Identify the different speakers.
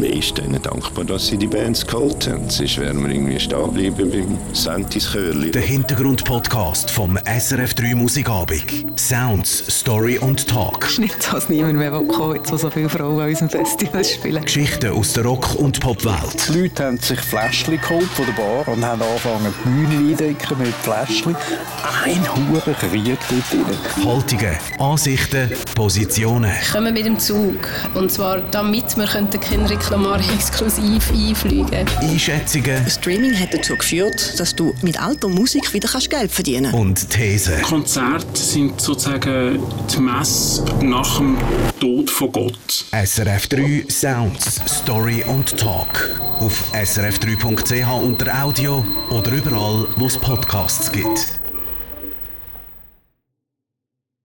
Speaker 1: Man ist denen dankbar, dass sie die Bands geholt haben. Sonst wären wir irgendwie stehen geblieben beim Sentis Chörli.
Speaker 2: Der Hintergrund-Podcast vom SRF 3 Musikabend. Sounds, Story und Talk.
Speaker 3: Nicht, dass niemand mehr kommen will, wo so viele Frauen an unserem Festival spielen.
Speaker 2: Geschichten aus der Rock- und Popwelt.
Speaker 4: Die Leute haben sich Fläschchen geholt von der Bar und haben angefangen, die Bühne eindecken mit Fläschchen. Ein hoher Krieg dort drin.
Speaker 2: Haltungen, Ansichten, Positionen.
Speaker 5: kommen mit dem Zug. Und zwar damit wir den Kendrick Lamar exklusiv einfliegen können.
Speaker 2: Einschätzungen
Speaker 6: Streaming hat dazu geführt, dass du mit alter Musik wieder kannst Geld verdienen kannst.
Speaker 2: und Thesen.
Speaker 7: Konzerte sind sozusagen die Messe nach dem Tod von Gott.
Speaker 2: SRF 3 Sounds, Story und Talk. Auf srf3.ch unter Audio oder überall, wo es Podcasts gibt.